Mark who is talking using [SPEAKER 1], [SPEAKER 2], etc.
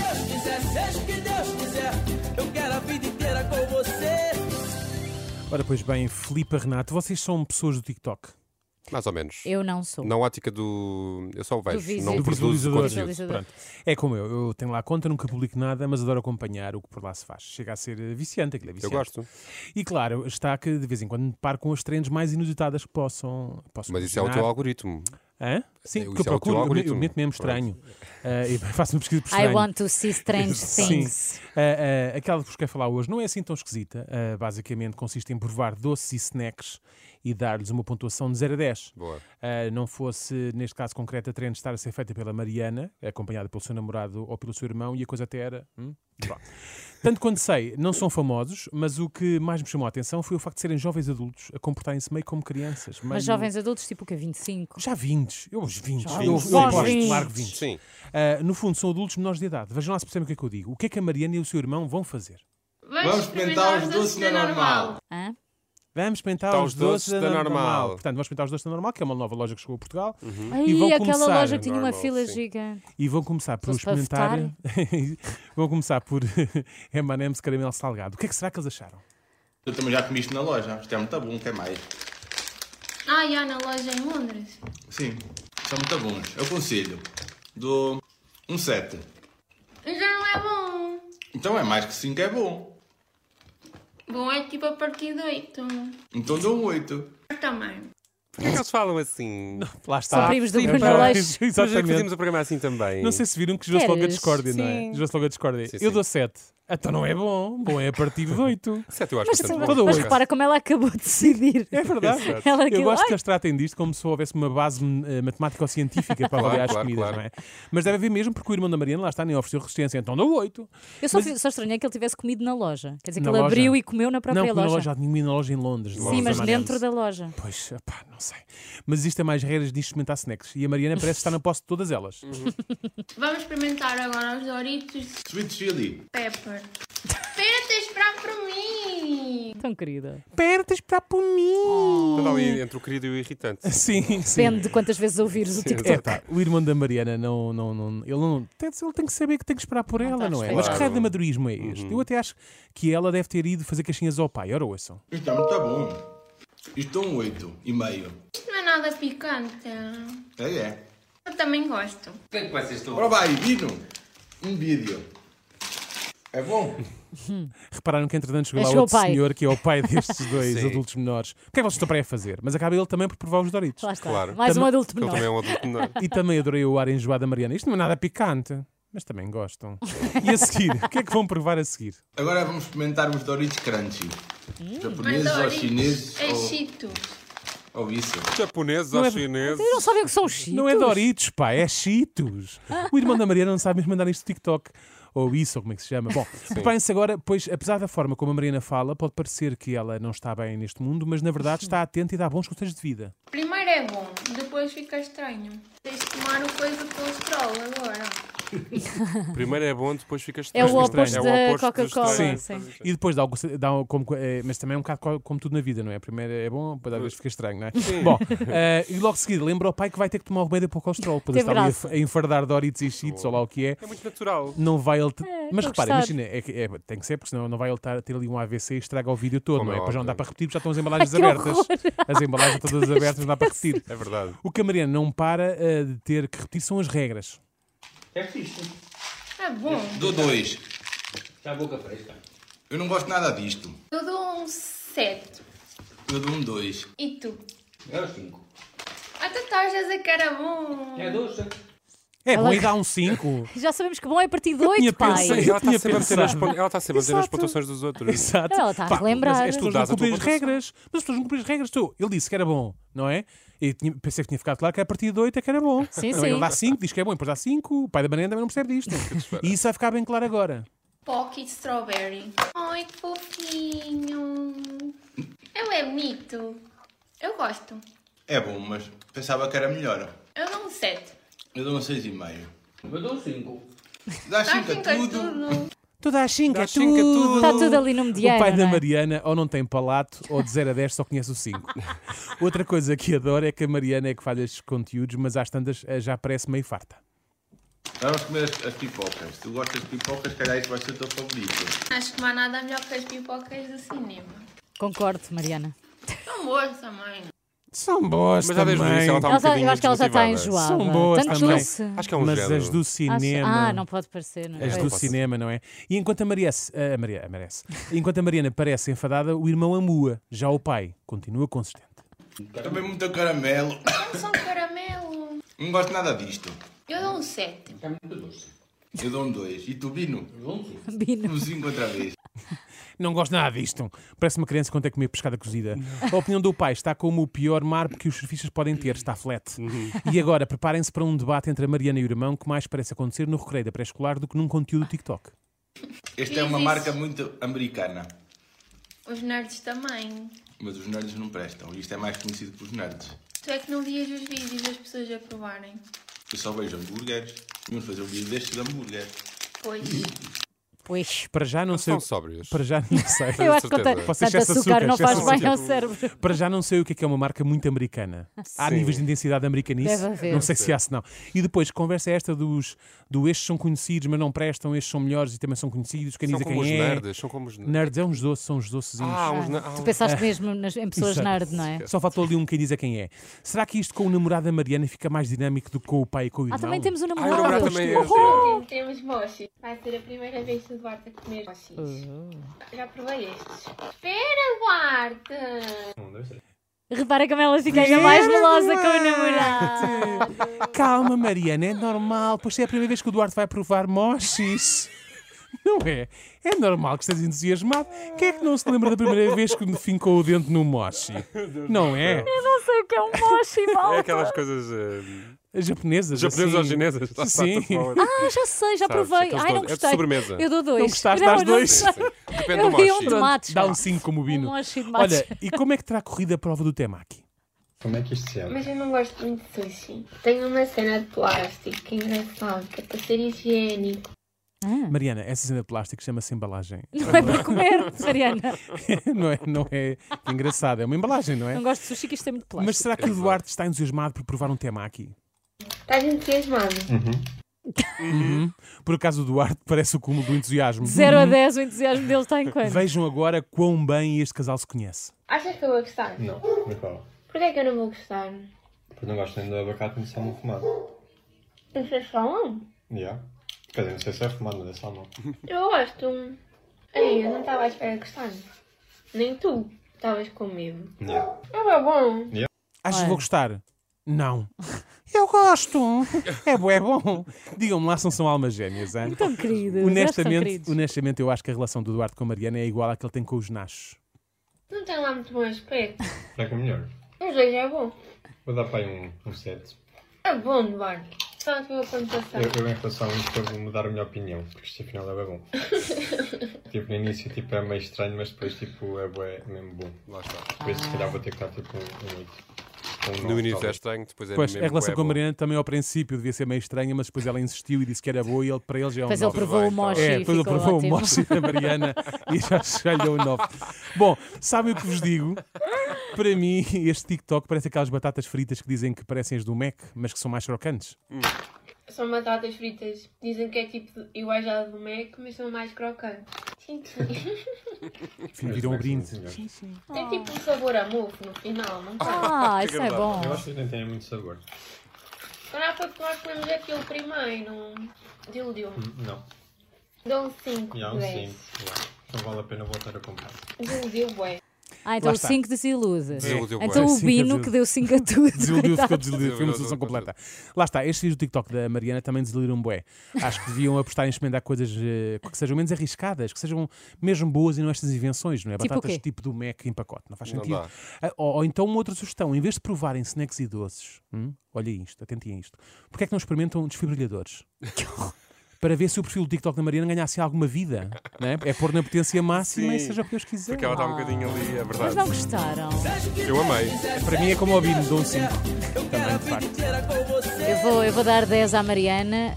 [SPEAKER 1] Seja o que Deus quiser, eu quero a vida inteira com você.
[SPEAKER 2] Ora, pois bem, Filipe Renato, vocês são pessoas do TikTok.
[SPEAKER 3] Mais ou menos.
[SPEAKER 4] Eu não sou.
[SPEAKER 3] Na ótica do. Eu só vejo,
[SPEAKER 4] visi-
[SPEAKER 3] não
[SPEAKER 4] do
[SPEAKER 3] produzo
[SPEAKER 2] visualizador.
[SPEAKER 3] conteúdo.
[SPEAKER 4] Visualizador.
[SPEAKER 2] Pronto. É como eu, eu tenho lá a conta, nunca publico nada, mas adoro acompanhar o que por lá se faz. Chega a ser eh, viciante, aquilo é
[SPEAKER 3] Eu
[SPEAKER 2] viciante.
[SPEAKER 3] gosto.
[SPEAKER 2] E claro, está que de vez em quando paro com as trends mais inusitadas que possam. posso
[SPEAKER 3] Mas isso é o
[SPEAKER 2] imaginar.
[SPEAKER 3] teu algoritmo.
[SPEAKER 2] Hã? Sim, porque eu
[SPEAKER 3] Isso é o teu
[SPEAKER 2] procuro, eu me- eu
[SPEAKER 3] algoritmo.
[SPEAKER 2] meto mesmo estranho. Ah, e faço uma pesquisa por
[SPEAKER 4] I
[SPEAKER 2] estranho.
[SPEAKER 4] want to see strange
[SPEAKER 2] Sim.
[SPEAKER 4] things.
[SPEAKER 2] Ah, ah, aquela que vos quero falar hoje não é assim tão esquisita. Ah, basicamente consiste em provar doces e snacks e dar-lhes uma pontuação de 0 a 10.
[SPEAKER 3] Boa.
[SPEAKER 2] Ah, não fosse, neste caso concreto, a trend estar a ser feita pela Mariana, acompanhada pelo seu namorado ou pelo seu irmão, e a coisa até era. hum? Pronto. Tanto quanto sei, não são famosos, mas o que mais me chamou a atenção foi o facto de serem jovens adultos a comportarem-se meio como crianças. meio-
[SPEAKER 4] Mas jovens adultos, tipo o quê? 25?
[SPEAKER 2] Já vintes, eu os vintes,
[SPEAKER 4] Já
[SPEAKER 2] eu, eu
[SPEAKER 3] vintes.
[SPEAKER 2] aposto,
[SPEAKER 4] Vintes.
[SPEAKER 2] largo vintes.
[SPEAKER 3] Sim.
[SPEAKER 2] Ah, no fundo, são adultos menores de idade. Vejam lá se percebem o que é que eu digo. O que é que a Mariana e o seu irmão vão fazer?
[SPEAKER 5] Vamos experimentar os doces na normal.
[SPEAKER 4] Hã?
[SPEAKER 2] Vamos experimentar
[SPEAKER 3] Então,
[SPEAKER 2] os
[SPEAKER 3] os
[SPEAKER 2] doces da, normal.
[SPEAKER 3] Normal.
[SPEAKER 2] Portanto, vamos experimentar os doces da Normal, que é uma nova loja que chegou a Portugal.
[SPEAKER 4] Ai,
[SPEAKER 2] E vão
[SPEAKER 4] aquela
[SPEAKER 2] começar,
[SPEAKER 4] loja que tinha uma
[SPEAKER 3] normal,
[SPEAKER 4] fila
[SPEAKER 3] sim.
[SPEAKER 4] gigante.
[SPEAKER 2] E vão começar por
[SPEAKER 4] Doce para
[SPEAKER 2] experimentar. vão começar por M&M's caramelo salgado. O que é que será que eles acharam?
[SPEAKER 5] Eu também já comi isto na loja. Isto é muito bom, quer mais?
[SPEAKER 6] Ah, já na loja em Londres.
[SPEAKER 5] Sim, são muito bons. Eu aconselho. Do um 7.
[SPEAKER 6] Já não é bom.
[SPEAKER 5] Então é mais que 5 é bom.
[SPEAKER 6] Bom é tipo a partir de 8.
[SPEAKER 5] Então dou um 8.
[SPEAKER 6] Também.
[SPEAKER 3] Porquê é que eles falam assim?
[SPEAKER 2] Lá
[SPEAKER 4] São
[SPEAKER 2] está.
[SPEAKER 4] primos do
[SPEAKER 2] É
[SPEAKER 4] Bruno
[SPEAKER 2] verdade.
[SPEAKER 4] Aleixo.
[SPEAKER 3] Imagina que fazíamos
[SPEAKER 2] Exatamente.
[SPEAKER 3] o programa assim também.
[SPEAKER 2] Não sei se viram que gerou-se logo a
[SPEAKER 4] Queres?
[SPEAKER 2] discórdia, não é?
[SPEAKER 4] Sim.
[SPEAKER 2] Gerou-se logo a discórdia.
[SPEAKER 3] Sim,
[SPEAKER 2] Eu
[SPEAKER 3] sim.
[SPEAKER 2] dou 7. Então não é bom. Bom é a partir de 8.
[SPEAKER 3] Sete eu acho
[SPEAKER 4] Mas,
[SPEAKER 3] bastante
[SPEAKER 4] mas
[SPEAKER 3] bom.
[SPEAKER 2] Toda hoje.
[SPEAKER 4] repara como ela acabou de decidir.
[SPEAKER 2] É verdade.
[SPEAKER 4] Ela
[SPEAKER 2] Eu
[SPEAKER 4] aquilo,
[SPEAKER 2] gosto que
[SPEAKER 4] "Ai,
[SPEAKER 2] eles tratem disto como se houvesse uma base eh, matemática ou científica para
[SPEAKER 3] Claro,
[SPEAKER 2] avaliar as
[SPEAKER 3] claro,
[SPEAKER 2] comidas,
[SPEAKER 3] claro.
[SPEAKER 2] não é? Mas deve haver mesmo, porque o irmão da Mariana lá está, nem ofereceu resistência, então dou 8.
[SPEAKER 4] Eu só, fi- só estranhei que ele tivesse comido na loja. Quer dizer, que
[SPEAKER 2] Na
[SPEAKER 4] ele
[SPEAKER 2] loja.
[SPEAKER 4] abriu e comeu na própria
[SPEAKER 2] não, porque na
[SPEAKER 4] loja.
[SPEAKER 2] loja, há de mim na loja em Londres.
[SPEAKER 4] Sim, mas
[SPEAKER 2] M&M's.
[SPEAKER 4] dentro da loja.
[SPEAKER 2] Pois, opá, não sei. Mas isto é mais regras de experimentar snacks. E a Mariana parece estar na posse de todas elas.
[SPEAKER 6] Vamos experimentar agora os Doritos
[SPEAKER 5] Sweet chili.
[SPEAKER 6] Pepper. Espera, tens de esperar por mim.
[SPEAKER 4] Tão querida.
[SPEAKER 2] Pertas para por mim!
[SPEAKER 3] Está ali entre o querido e o irritante.
[SPEAKER 2] Sim, sim.
[SPEAKER 4] Depende de quantas vezes ouvires o TikTok.
[SPEAKER 2] É, tá. O irmão da Mariana não, não, não, ele não tem, ele tem que saber que tem que esperar por ela,
[SPEAKER 4] tá
[SPEAKER 2] não é?
[SPEAKER 4] respeitando.
[SPEAKER 2] Mas que
[SPEAKER 3] Claro.
[SPEAKER 2] raio de amadorismo é este? Eu até acho que ela deve ter ido fazer caixinhas ao pai. Ora, ouçam.
[SPEAKER 5] Isto é muito bom. Isto é um 8 e meio.
[SPEAKER 6] Isto não é nada picante.
[SPEAKER 5] É, é.
[SPEAKER 6] Eu também gosto.
[SPEAKER 7] Então.
[SPEAKER 5] Ora vai, vino. Um vídeo. É bom?
[SPEAKER 2] Repararam que entretanto chegou lá
[SPEAKER 4] Chegou o
[SPEAKER 2] outro
[SPEAKER 4] pai.
[SPEAKER 2] senhor que é o pai destes dois
[SPEAKER 3] Sim.
[SPEAKER 2] adultos menores. O que é que vocês estão para aí a fazer? Mas acaba ele também por provar os Doritos.
[SPEAKER 4] Lá está.
[SPEAKER 3] Claro.
[SPEAKER 4] Mais um
[SPEAKER 2] Também-
[SPEAKER 4] adulto
[SPEAKER 3] Ele
[SPEAKER 4] menor.
[SPEAKER 3] também é um adulto menor.
[SPEAKER 2] E também adorei o ar enjoado da Mariana. Isto não é nada picante, mas também gostam. E a seguir, o que é que vão provar a seguir?
[SPEAKER 5] Agora vamos experimentar os Doritos Crunchy. Hum, Japoneses ou chineses
[SPEAKER 6] É
[SPEAKER 5] ou,
[SPEAKER 6] chito.
[SPEAKER 5] ou isso.
[SPEAKER 3] Japoneses
[SPEAKER 2] Não
[SPEAKER 3] ou
[SPEAKER 2] é-
[SPEAKER 3] chineses.
[SPEAKER 4] Eles não sabem o que são Cheetos.
[SPEAKER 2] Não é Doritos, pá, é Cheetos. O irmão da Mariana não sabe mesmo mandar isto no TikTok. Ou isso, ou como é que se chama. Bom, preparem-se agora, pois apesar da forma como a Mariana fala, pode parecer que ela não está bem neste mundo, mas na verdade está atenta e dá bons conselhos de vida.
[SPEAKER 6] Primeiro é bom, depois fica estranho. Tens de tomar o coisa do colesterol agora.
[SPEAKER 3] Primeiro é bom, depois fica
[SPEAKER 4] É
[SPEAKER 3] estranho.
[SPEAKER 4] o oposto
[SPEAKER 3] É o
[SPEAKER 4] da
[SPEAKER 3] oposto do
[SPEAKER 4] Coca-Cola.
[SPEAKER 3] estranho.
[SPEAKER 4] Sim.
[SPEAKER 2] E depois dá, algo- dá um- como, eh, mas também é um bocado co- como tudo na vida, não é? Primeiro é bom, depois às vezes fica estranho, não é? Bom, eh, e logo de seguida, lembra ao pai que vai ter que tomar o remédio para o colesterol, para
[SPEAKER 4] Teve
[SPEAKER 2] estar ali a,
[SPEAKER 4] graça.
[SPEAKER 2] a enfardar Doritos e Cheetos, ou lá o que é.
[SPEAKER 3] É muito natural.
[SPEAKER 2] Não vai ele. te-
[SPEAKER 4] É,
[SPEAKER 2] mas
[SPEAKER 4] estou a
[SPEAKER 2] repara,
[SPEAKER 4] gostar.
[SPEAKER 2] imagina, é, que- é, tem que ser, porque senão não vai ele estar, ter ali um AVC e estraga o vídeo todo,
[SPEAKER 3] Como
[SPEAKER 2] não é?
[SPEAKER 3] é
[SPEAKER 2] Depois não
[SPEAKER 3] óbvio.
[SPEAKER 2] dá para repetir, porque já estão as embalagens
[SPEAKER 4] Ai, que
[SPEAKER 2] abertas.
[SPEAKER 4] horror.
[SPEAKER 2] As embalagens todas abertas, não dá para repetir.
[SPEAKER 3] É verdade.
[SPEAKER 2] O que a Mariana não para eh, de ter que repetir são as regras.
[SPEAKER 5] É fixe.
[SPEAKER 6] É bom.
[SPEAKER 5] Dou dois. Está a boca fresca.
[SPEAKER 7] Tá
[SPEAKER 5] Eu não gosto nada disto.
[SPEAKER 6] Eu dou um 7.
[SPEAKER 5] Eu dou um dois.
[SPEAKER 6] E tu? Eu 5. Até estás a dizer que era bom.
[SPEAKER 2] É
[SPEAKER 4] Ela-
[SPEAKER 2] bom e dá um 5.
[SPEAKER 4] Já sabemos que bom é a partir de
[SPEAKER 2] tinha
[SPEAKER 4] 8, pai.
[SPEAKER 2] pensado- Eu
[SPEAKER 3] Ela
[SPEAKER 2] tinha
[SPEAKER 3] está sempre a dizer as
[SPEAKER 2] pensado.
[SPEAKER 3] pon- ela está sempre a dizer as
[SPEAKER 2] Exato.
[SPEAKER 3] pontuações dos outros.
[SPEAKER 2] Exato.
[SPEAKER 4] Ela está a
[SPEAKER 2] Pá,
[SPEAKER 4] relembrar. né?
[SPEAKER 2] Mas as
[SPEAKER 3] Tu
[SPEAKER 2] pessoas não
[SPEAKER 3] dás é a tua
[SPEAKER 2] cumprem as
[SPEAKER 3] pontuação.
[SPEAKER 2] regras. Mas as pessoas não cumprem as regras. Tu, ele disse que era bom, não é? E tinha- pensei que tinha ficado claro que a partir de 8 é que era bom.
[SPEAKER 4] Sim,
[SPEAKER 2] não,
[SPEAKER 4] sim.
[SPEAKER 2] Ele dá 5, diz que é bom, e depois dá 5. O pai da Mariana também não percebe disto. e isso vai ficar bem claro agora.
[SPEAKER 6] Pocket Strawberry. Ai, que fofinho. Ele é bonito. Eu gosto.
[SPEAKER 5] É bom, mas pensava que era melhor.
[SPEAKER 6] Eu dou um 7.
[SPEAKER 5] Eu dou um seis e meio.
[SPEAKER 7] Eu dou um 5.
[SPEAKER 5] Dá
[SPEAKER 6] Dá
[SPEAKER 5] cinco a
[SPEAKER 6] 5 a
[SPEAKER 5] tudo.
[SPEAKER 6] Tá assim tudo.
[SPEAKER 2] Tu dá xinga,
[SPEAKER 3] Dá xinga tudo.
[SPEAKER 4] Está é tudo ali no mediano.
[SPEAKER 2] O pai
[SPEAKER 4] não
[SPEAKER 2] da
[SPEAKER 4] é?
[SPEAKER 2] Mariana ou não tem palato ou de 0 a 10 só conhece o 5. Outra coisa que adoro é que a Mariana é que faz estes conteúdos, mas às tantas eh, já parece meio farta.
[SPEAKER 5] Vamos comer as, as pipocas. Se tu gostas de pipocas, se calhar isto vai ser o teu favorito.
[SPEAKER 6] Acho que não há nada melhor que as pipocas do cinema.
[SPEAKER 4] Concordo, Mariana.
[SPEAKER 6] São boas também.
[SPEAKER 2] São boas
[SPEAKER 3] Mas há vezes isso, ela está um
[SPEAKER 4] Ela já- eu
[SPEAKER 3] bocadinho
[SPEAKER 4] acho que ela já está
[SPEAKER 3] desmotivada.
[SPEAKER 4] enjoada.
[SPEAKER 2] tá- São boas
[SPEAKER 4] Tanto
[SPEAKER 2] também.
[SPEAKER 4] doce.
[SPEAKER 3] Acho que é um
[SPEAKER 2] Mas
[SPEAKER 3] género.
[SPEAKER 2] as do
[SPEAKER 4] Acho-
[SPEAKER 2] cinema.
[SPEAKER 4] Ah, não pode parecer. Não é?
[SPEAKER 2] As
[SPEAKER 3] Não
[SPEAKER 2] do
[SPEAKER 3] pode
[SPEAKER 2] cinema, não é? E enquanto a Maria, a Maria, a Maria- enquanto a Mariana parece enfadada, o irmão amua. Já o pai continua consistente.
[SPEAKER 5] Também muito caramelo.
[SPEAKER 6] Não são caramelo.
[SPEAKER 5] Não gosto nada disto.
[SPEAKER 6] Eu dou um 7.
[SPEAKER 5] Eu dou um dois. E tu, Bino?
[SPEAKER 4] Bino.
[SPEAKER 5] Um cinco outra vez.
[SPEAKER 2] Não gosto nada disto. Parece uma criança quando tem que comer pescada cozida. A opinião do pai está como o pior mar que os surfistas podem ter. Está flat. E agora, preparem-se para um debate entre a Mariana e o irmão que mais parece acontecer no recreio da pré-escolar do que num conteúdo do TikTok.
[SPEAKER 5] Esta é uma
[SPEAKER 6] Fiz isso.
[SPEAKER 5] marca muito americana.
[SPEAKER 6] Os nerds também.
[SPEAKER 5] Mas os nerds não prestam. Isto é mais conhecido pelos nerds.
[SPEAKER 6] Tu é que não vias os vídeos das pessoas a provarem.
[SPEAKER 5] Eu só vejo hambúrgueres. Vamos fazer um vídeo deste de hambúrguer.
[SPEAKER 6] Pois.
[SPEAKER 4] Pois.
[SPEAKER 2] Para já não sei. o-
[SPEAKER 3] São sóbrios.
[SPEAKER 2] Para já não sei.
[SPEAKER 4] Eu acho que
[SPEAKER 3] certeza.
[SPEAKER 4] tanto
[SPEAKER 2] Vocês
[SPEAKER 4] tanto
[SPEAKER 2] excesso de
[SPEAKER 4] açúcar não
[SPEAKER 2] açúcar,
[SPEAKER 4] faz
[SPEAKER 2] excesso de
[SPEAKER 4] bem ao cérebro.
[SPEAKER 2] Para já não sei o que é que é uma marca muito americana. Há
[SPEAKER 3] Sim.
[SPEAKER 2] níveis de intensidade americanice.
[SPEAKER 4] Deve haver.
[SPEAKER 2] Não sei se há, se não. E depois, conversa é esta dos do estes são conhecidos, mas não prestam, estes são melhores e também são conhecidos. Quem
[SPEAKER 3] São
[SPEAKER 2] diz a
[SPEAKER 3] como os
[SPEAKER 2] quem é?
[SPEAKER 3] nerds. São como os nerds.
[SPEAKER 2] Nerds é uns doces, são uns docezinhos.
[SPEAKER 3] Ah, uns nerds.
[SPEAKER 4] Tu pensaste mesmo nas- em pessoas
[SPEAKER 2] Exato.
[SPEAKER 4] nerd, não é?
[SPEAKER 2] Só faltou ali um quem diz a quem é. Será que isto com o namorado da Mariana fica mais dinâmico do que com o pai e com o irmão?
[SPEAKER 4] Ah, também temos
[SPEAKER 3] Ah,
[SPEAKER 4] um
[SPEAKER 3] o namorado
[SPEAKER 4] namorado.
[SPEAKER 3] também é.
[SPEAKER 6] Temos mochis. Vai ser a primeira vez que o Duarte a comer mochis. Já provei estes. Espera, Duarte!
[SPEAKER 4] Repara como ela fica ainda mais melosa com o namorado.
[SPEAKER 2] Calma, Mariana, é normal. Pois é a primeira vez que o Duarte vai provar mochis. Não é? É normal que estejas entusiasmado. Quem é que não se lembra da primeira vez que fincou o dente no mochi? Não é?
[SPEAKER 4] Não sei o que é um mochi,
[SPEAKER 3] É
[SPEAKER 4] mal.
[SPEAKER 3] aquelas coisas eh,
[SPEAKER 2] As japonesas.
[SPEAKER 3] japonesas
[SPEAKER 2] assim.
[SPEAKER 3] ou chinesas. tá, Lá está,
[SPEAKER 2] Sim.
[SPEAKER 3] tudo mal. Sabes,
[SPEAKER 4] Ah, já sei, já provei.
[SPEAKER 3] aqueles
[SPEAKER 4] Ai,
[SPEAKER 3] doces.
[SPEAKER 4] não
[SPEAKER 3] É de
[SPEAKER 4] gostei.
[SPEAKER 3] sobremesa.
[SPEAKER 4] Eu dou dois.
[SPEAKER 2] Não gostaste, dás
[SPEAKER 4] eu não
[SPEAKER 2] dois?
[SPEAKER 4] sei.
[SPEAKER 3] Depende
[SPEAKER 4] Eu
[SPEAKER 3] do
[SPEAKER 4] vi um
[SPEAKER 3] mochi.
[SPEAKER 4] de mates.
[SPEAKER 2] Dá um 5 como o Bino.
[SPEAKER 4] Um mochi de mates.
[SPEAKER 2] Olha, e como é que terá corrido a prova do temaki?
[SPEAKER 7] Como é que isto se abre?
[SPEAKER 6] Mas eu não gosto muito de sushi. Tenho uma cena de plástico, que é engraçado, que é para ser higiênico.
[SPEAKER 4] Hum.
[SPEAKER 2] Mariana, essa cena de plástico chama-se embalagem.
[SPEAKER 4] Não é para comer, Mariana.
[SPEAKER 2] não, é, não é engraçado, é uma embalagem, não é?
[SPEAKER 4] Não gosto de sushi, que isto é muito
[SPEAKER 2] Mas
[SPEAKER 4] plástico.
[SPEAKER 2] será que o Duarte está entusiasmado por provar um temaki?
[SPEAKER 6] Estás entusiasmado?
[SPEAKER 2] Por acaso o Duarte parece o cúmulo do entusiasmo.
[SPEAKER 4] 0 a 10, o entusiasmo dele está em quanto?
[SPEAKER 2] Vejam agora quão bem este casal se conhece.
[SPEAKER 6] Achas que eu vou gostar?
[SPEAKER 7] Não, mas qual?
[SPEAKER 6] Porquê é que eu não vou gostar?
[SPEAKER 7] Porque não gosto nem do abacate nem do salmão fumado.
[SPEAKER 6] Vocês falam?
[SPEAKER 7] Yeah. Quer dizer, não sei se é fumado, mas é salmão.
[SPEAKER 6] Eu gosto. Aí, eu não estava à espera de gostar. Nem tu estavas com medo.
[SPEAKER 7] Yeah.
[SPEAKER 6] Mas é bom.
[SPEAKER 2] Achas
[SPEAKER 4] Olha.
[SPEAKER 2] que vou gostar? Não. Eu gosto. É bom, é bom. Digam-me lá se não são almas gêmeas, hein?
[SPEAKER 4] Tão queridos. eles são
[SPEAKER 2] honestamente,
[SPEAKER 4] queridos.
[SPEAKER 2] honestamente, eu acho que a relação do Duarte com a Mariana é igual à que ele tem com os Nachos.
[SPEAKER 3] É
[SPEAKER 6] Não tem lá muito bom aspecto.
[SPEAKER 7] Será que é melhor?
[SPEAKER 6] Os dois é bom.
[SPEAKER 7] Vou dar para aí um, um 7.
[SPEAKER 6] É bom, Duarte. Só a tua pontuação.
[SPEAKER 7] Eu, eu, em relação a isto, eu vou mudar a minha opinião, porque isto afinal é bem bom. tipo, no início tipo, é meio estranho, mas depois tipo, é bué, mesmo bom.
[SPEAKER 3] Lá está.
[SPEAKER 7] Por isso, se calhar, vou ter que dar tipo um 8.
[SPEAKER 3] No início é estranho, depois é
[SPEAKER 2] Pois, a
[SPEAKER 3] mesmo
[SPEAKER 2] relação
[SPEAKER 3] bué
[SPEAKER 2] com a
[SPEAKER 3] bom.
[SPEAKER 2] Mariana também ao princípio devia ser meio estranha, mas depois ela insistiu e disse que era boa e ele, para ele já é um
[SPEAKER 4] Depois ele
[SPEAKER 2] nove.
[SPEAKER 4] provou o mochi.
[SPEAKER 2] É, depois ele
[SPEAKER 4] ficou
[SPEAKER 2] provou o
[SPEAKER 4] ótimo.
[SPEAKER 2] mochi da Mariana e já cheguei o 9. Bom, sabem o que vos digo? Para mim, este TikTok parece aquelas batatas fritas que dizem que parecem as do Mac, mas que são mais crocantes.
[SPEAKER 6] São batatas fritas. Dizem que é tipo de- iguais à do Mac, mas são mais crocantes. Sim, sim.
[SPEAKER 2] Enfim, viram um brinde.
[SPEAKER 6] Tem tipo um sabor a mofo no final, não tem?
[SPEAKER 4] Ah, isso é bom.
[SPEAKER 7] Eu acho que nem tem muito sabor.
[SPEAKER 6] Será que foi porque nós comemos aquilo primeiro? Desiludiu-me.
[SPEAKER 7] Não.
[SPEAKER 6] Dou um 5.
[SPEAKER 7] Hum. E há um 5. Não vale a pena voltar a comprar.
[SPEAKER 6] Desiludiu, bué.
[SPEAKER 4] Ah, então
[SPEAKER 2] Lá
[SPEAKER 4] o
[SPEAKER 2] está.
[SPEAKER 4] 5 desilude.
[SPEAKER 3] Desiludiu bué.
[SPEAKER 4] Então o
[SPEAKER 2] Sim, quer
[SPEAKER 4] Bino
[SPEAKER 2] dizer-
[SPEAKER 4] que deu 5 a tudo.
[SPEAKER 2] Desiludiu, ficou
[SPEAKER 4] coitado.
[SPEAKER 2] desiludido. Foi uma solução completa. Lá está, estes vídeos do TikTok da Mariana também desiludiram um bué. Acho que deviam apostar em experimentar coisas eh, que sejam menos arriscadas, que sejam mesmo boas e não estas invenções, não é?
[SPEAKER 4] Tipo o
[SPEAKER 2] Batatas
[SPEAKER 4] quê?
[SPEAKER 2] tipo do Mac em pacote, não faz
[SPEAKER 3] Não
[SPEAKER 2] sentido.
[SPEAKER 3] dá.
[SPEAKER 2] Ah, Ou, ou então uma outra sugestão, em vez de provarem snacks e doces, hum, olha isto, atentem a isto, porque é que não experimentam desfibrilhadores? Para ver se o perfil do TikTok da Mariana ganhasse alguma vida, não é? É pôr na potência máxima e
[SPEAKER 3] Sim.
[SPEAKER 2] seja o que Deus quiser.
[SPEAKER 3] Porque ela está um bocadinho ali, é
[SPEAKER 4] Mas
[SPEAKER 3] verdade.
[SPEAKER 4] não gostaram.
[SPEAKER 3] Eu amei.
[SPEAKER 2] Para mim é como ao Bino, dou um 5.
[SPEAKER 1] Eu quero a vida inteira com você.
[SPEAKER 4] Eu vou, eu vou dar 10 à Mariana